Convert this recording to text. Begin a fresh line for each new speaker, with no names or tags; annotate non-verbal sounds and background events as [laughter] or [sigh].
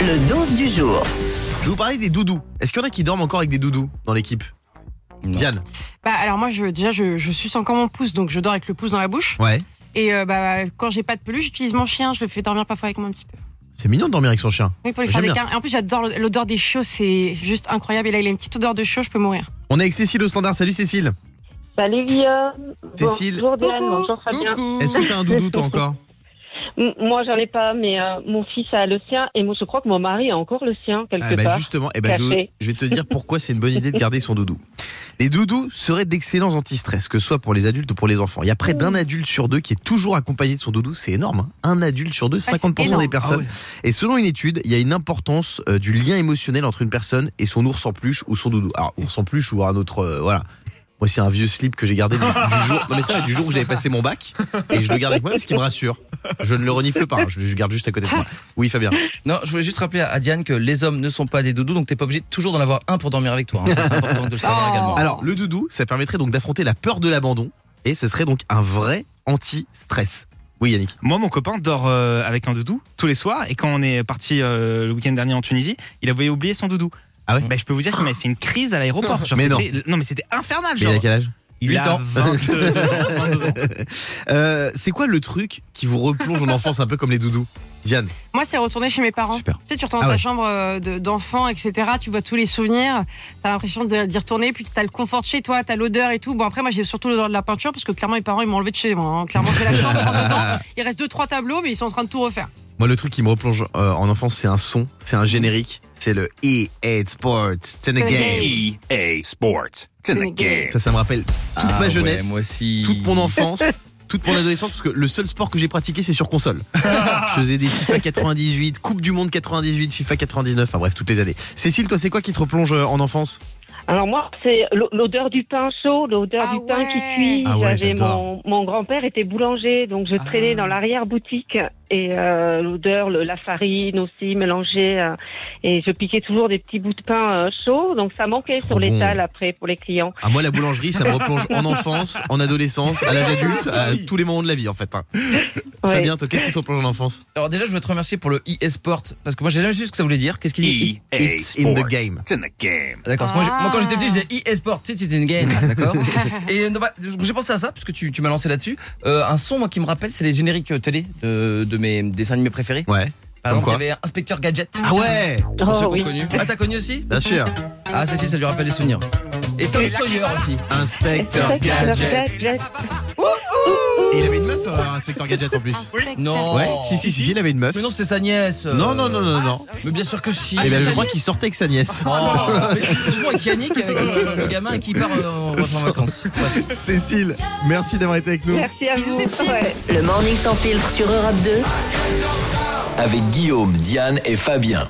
Le dose du jour.
Je vous parlais des doudous. Est-ce qu'il y en a qui dorment encore avec des doudous dans l'équipe
Non.
Diane
Bah alors moi je déjà je, je suce encore mon pouce donc je dors avec le pouce dans la bouche
Ouais.
et euh, bah quand j'ai pas de peluche j'utilise mon chien je le fais dormir parfois avec moi un petit peu.
C'est mignon de dormir avec son chien.
Oui pour lui faire
J'aime
des câlins. Et En plus j'adore l'odeur des chiots c'est juste incroyable et là il a une petite odeur de chiot je peux mourir.
On est avec Cécile au standard. Salut Cécile.
Salut Guillaume.
Cécile.
Bonjour Diane,
Coucou.
bonjour Fabien.
Est-ce que t'as un doudou toi encore
M- Moi j'en ai pas, mais euh, mon fils a le sien et moi je crois que mon mari a encore le sien quelque
Ah bah
part.
justement, eh ben, je,
Café.
je vais te dire pourquoi c'est une bonne idée de garder son doudou. Les doudous seraient d'excellents anti-stress, que ce soit pour les adultes ou pour les enfants. Il y a
Mmh.
près d'un adulte sur deux qui est toujours accompagné de son doudou, c'est énorme. hein. Un adulte sur deux,
Ah, c'est
50% des
énorme.
personnes. Et selon une étude, il y a une importance euh, du lien émotionnel entre une personne et son ours en peluche ou son doudou. Alors, ours en peluche ou un autre, euh, voilà. Moi, c'est un vieux slip que j'ai gardé du, du jour. Non, mais ça, du jour où j'avais passé mon bac, et je le garde avec moi parce qu'il me rassure. Je ne le renifle pas, hein, je le garde juste à côté de moi. Oui, Fabien.
Non, je voulais juste rappeler à à Diane que les hommes ne sont pas des doudous, donc t'es pas obligé toujours d'en avoir un pour dormir avec toi. hein. Ça, C'est important de le savoir
Oh.
également.
Alors, le doudou, ça permettrait donc d'affronter la peur de l'abandon et ce serait donc un vrai anti-stress. Oui, Yannick.
Moi, mon copain dort euh, avec un doudou tous les soirs. Et quand on est parti euh, le week-end dernier en Tunisie, il avait oublié son doudou.
Ah ouais
Bah, Je peux vous dire qu'il m'avait fait une crise à
[laughs]
l'aéroport. Genre,
Mais non.
c'était- non, mais c'était infernal.
Mais
Genre.
il a quel âge
Il
Huit
a
ans.
22 ans, 22 ans.
[laughs] Euh, C'est quoi le truc qui vous replonge en enfance un peu comme les doudous Diane.
[laughs] Moi c'est retourner chez mes parents.
Super.
Tu sais tu retournes
Ah
dans
ouais.
ta chambre euh, de- d'enfant etc tu vois tous les souvenirs t'as l'impression de- d'y retourner puis t'as le confort de chez toi t'as l'odeur et tout bon après moi j'ai surtout l'odeur de la peinture parce que clairement mes parents ils m'ont enlevé de chez moi hein. clairement j'ai la chambre je
[laughs]
rentre dedans il reste deux trois tableaux mais ils sont en train de tout refaire.
Moi, le truc qui me replonge euh, en enfance, c'est un son, c'est un générique, c'est le E Sports, it's in a game.
EA Sports. It's in the game.
Ça, ça me rappelle toute
Ah
ma
ouais,
jeunesse,
moi aussi.
toute mon enfance, toute mon adolescence, parce que le seul sport que j'ai pratiqué, c'est sur console. Je faisais des FIFA 98, Coupe du Monde 98, FIFA 99, enfin bref, toutes les années. Cécile, toi, c'est quoi qui te replonge euh, en enfance
Alors moi c'est l'o- l'odeur du pain chaud, l'odeur
Ah
du pain qui
ouais.
cuit.
Ah ouais,
J'avais
j'adore.
mon, mon grand-père était boulanger, donc je traînais
Ah.
dans l'arrière-boutique et euh, l'odeur, le- la farine aussi mélangée. euh, et je piquais toujours des petits bouts de pain euh, chauds, donc ça manquait
Trop
sur
bon.
l'étal après pour les clients.
Ah, moi, la boulangerie, ça me replonge en enfance, en adolescence, à l'âge adulte, à tous les moments de la vie, en fait. hein.
Ouais.
Fabien, toi, qu'est-ce qui te replonge en enfance
Alors déjà, je veux te remercier pour le e-sport parce que moi j'ai jamais su ce que ça voulait dire. Qu'est-ce qu'il dit
EA
It's in the
E Sports.
game.
It's in the game.
Ah, D'accord. parce que Moi, j'ai- moi, quand j'étais petit,
Ah.
je disais e-sport, tu sais, c'était une game, d'accord. Et non, bah, j'ai pensé à ça puisque tu, tu m'as lancé là-dessus. Euh, un son moi qui me rappelle, c'est les génériques euh, télé de, de mes dessins animés préférés.
Ouais.
Par
Comme
exemple,
quoi
il y avait Inspecteur Gadget.
Ah ouais
Pour ceux
Oh,
qu'on
oui.
connu. Ah t'as connu aussi
Bien sûr.
Ah si si, ça lui rappelle des souvenirs. Et Tom Sawyer aussi.
Inspecteur Gadget.
Gadget.
Et il avait une meuf, euh, Inspecteur Gadget en plus
Non.
Ouais, si, si, si, il avait une meuf.
Ah. Oh. Mais non, c'était sa nièce. euh.
Non, non, non, non, non.
Mais bien sûr que si.
Eh ben, je crois qu'il sortait avec sa nièce.
Ah, Oh, mais tu te confonds avec Yannick, avec le, le gamin qui part euh, en, en vacances. Ouais.
Cécile, merci d'avoir été avec nous.
Merci à
Bisous,
vous.
Cécile.
Ouais.
Le morning sans filtre sur Europe 2.
avec Guillaume, Diane et Fabien.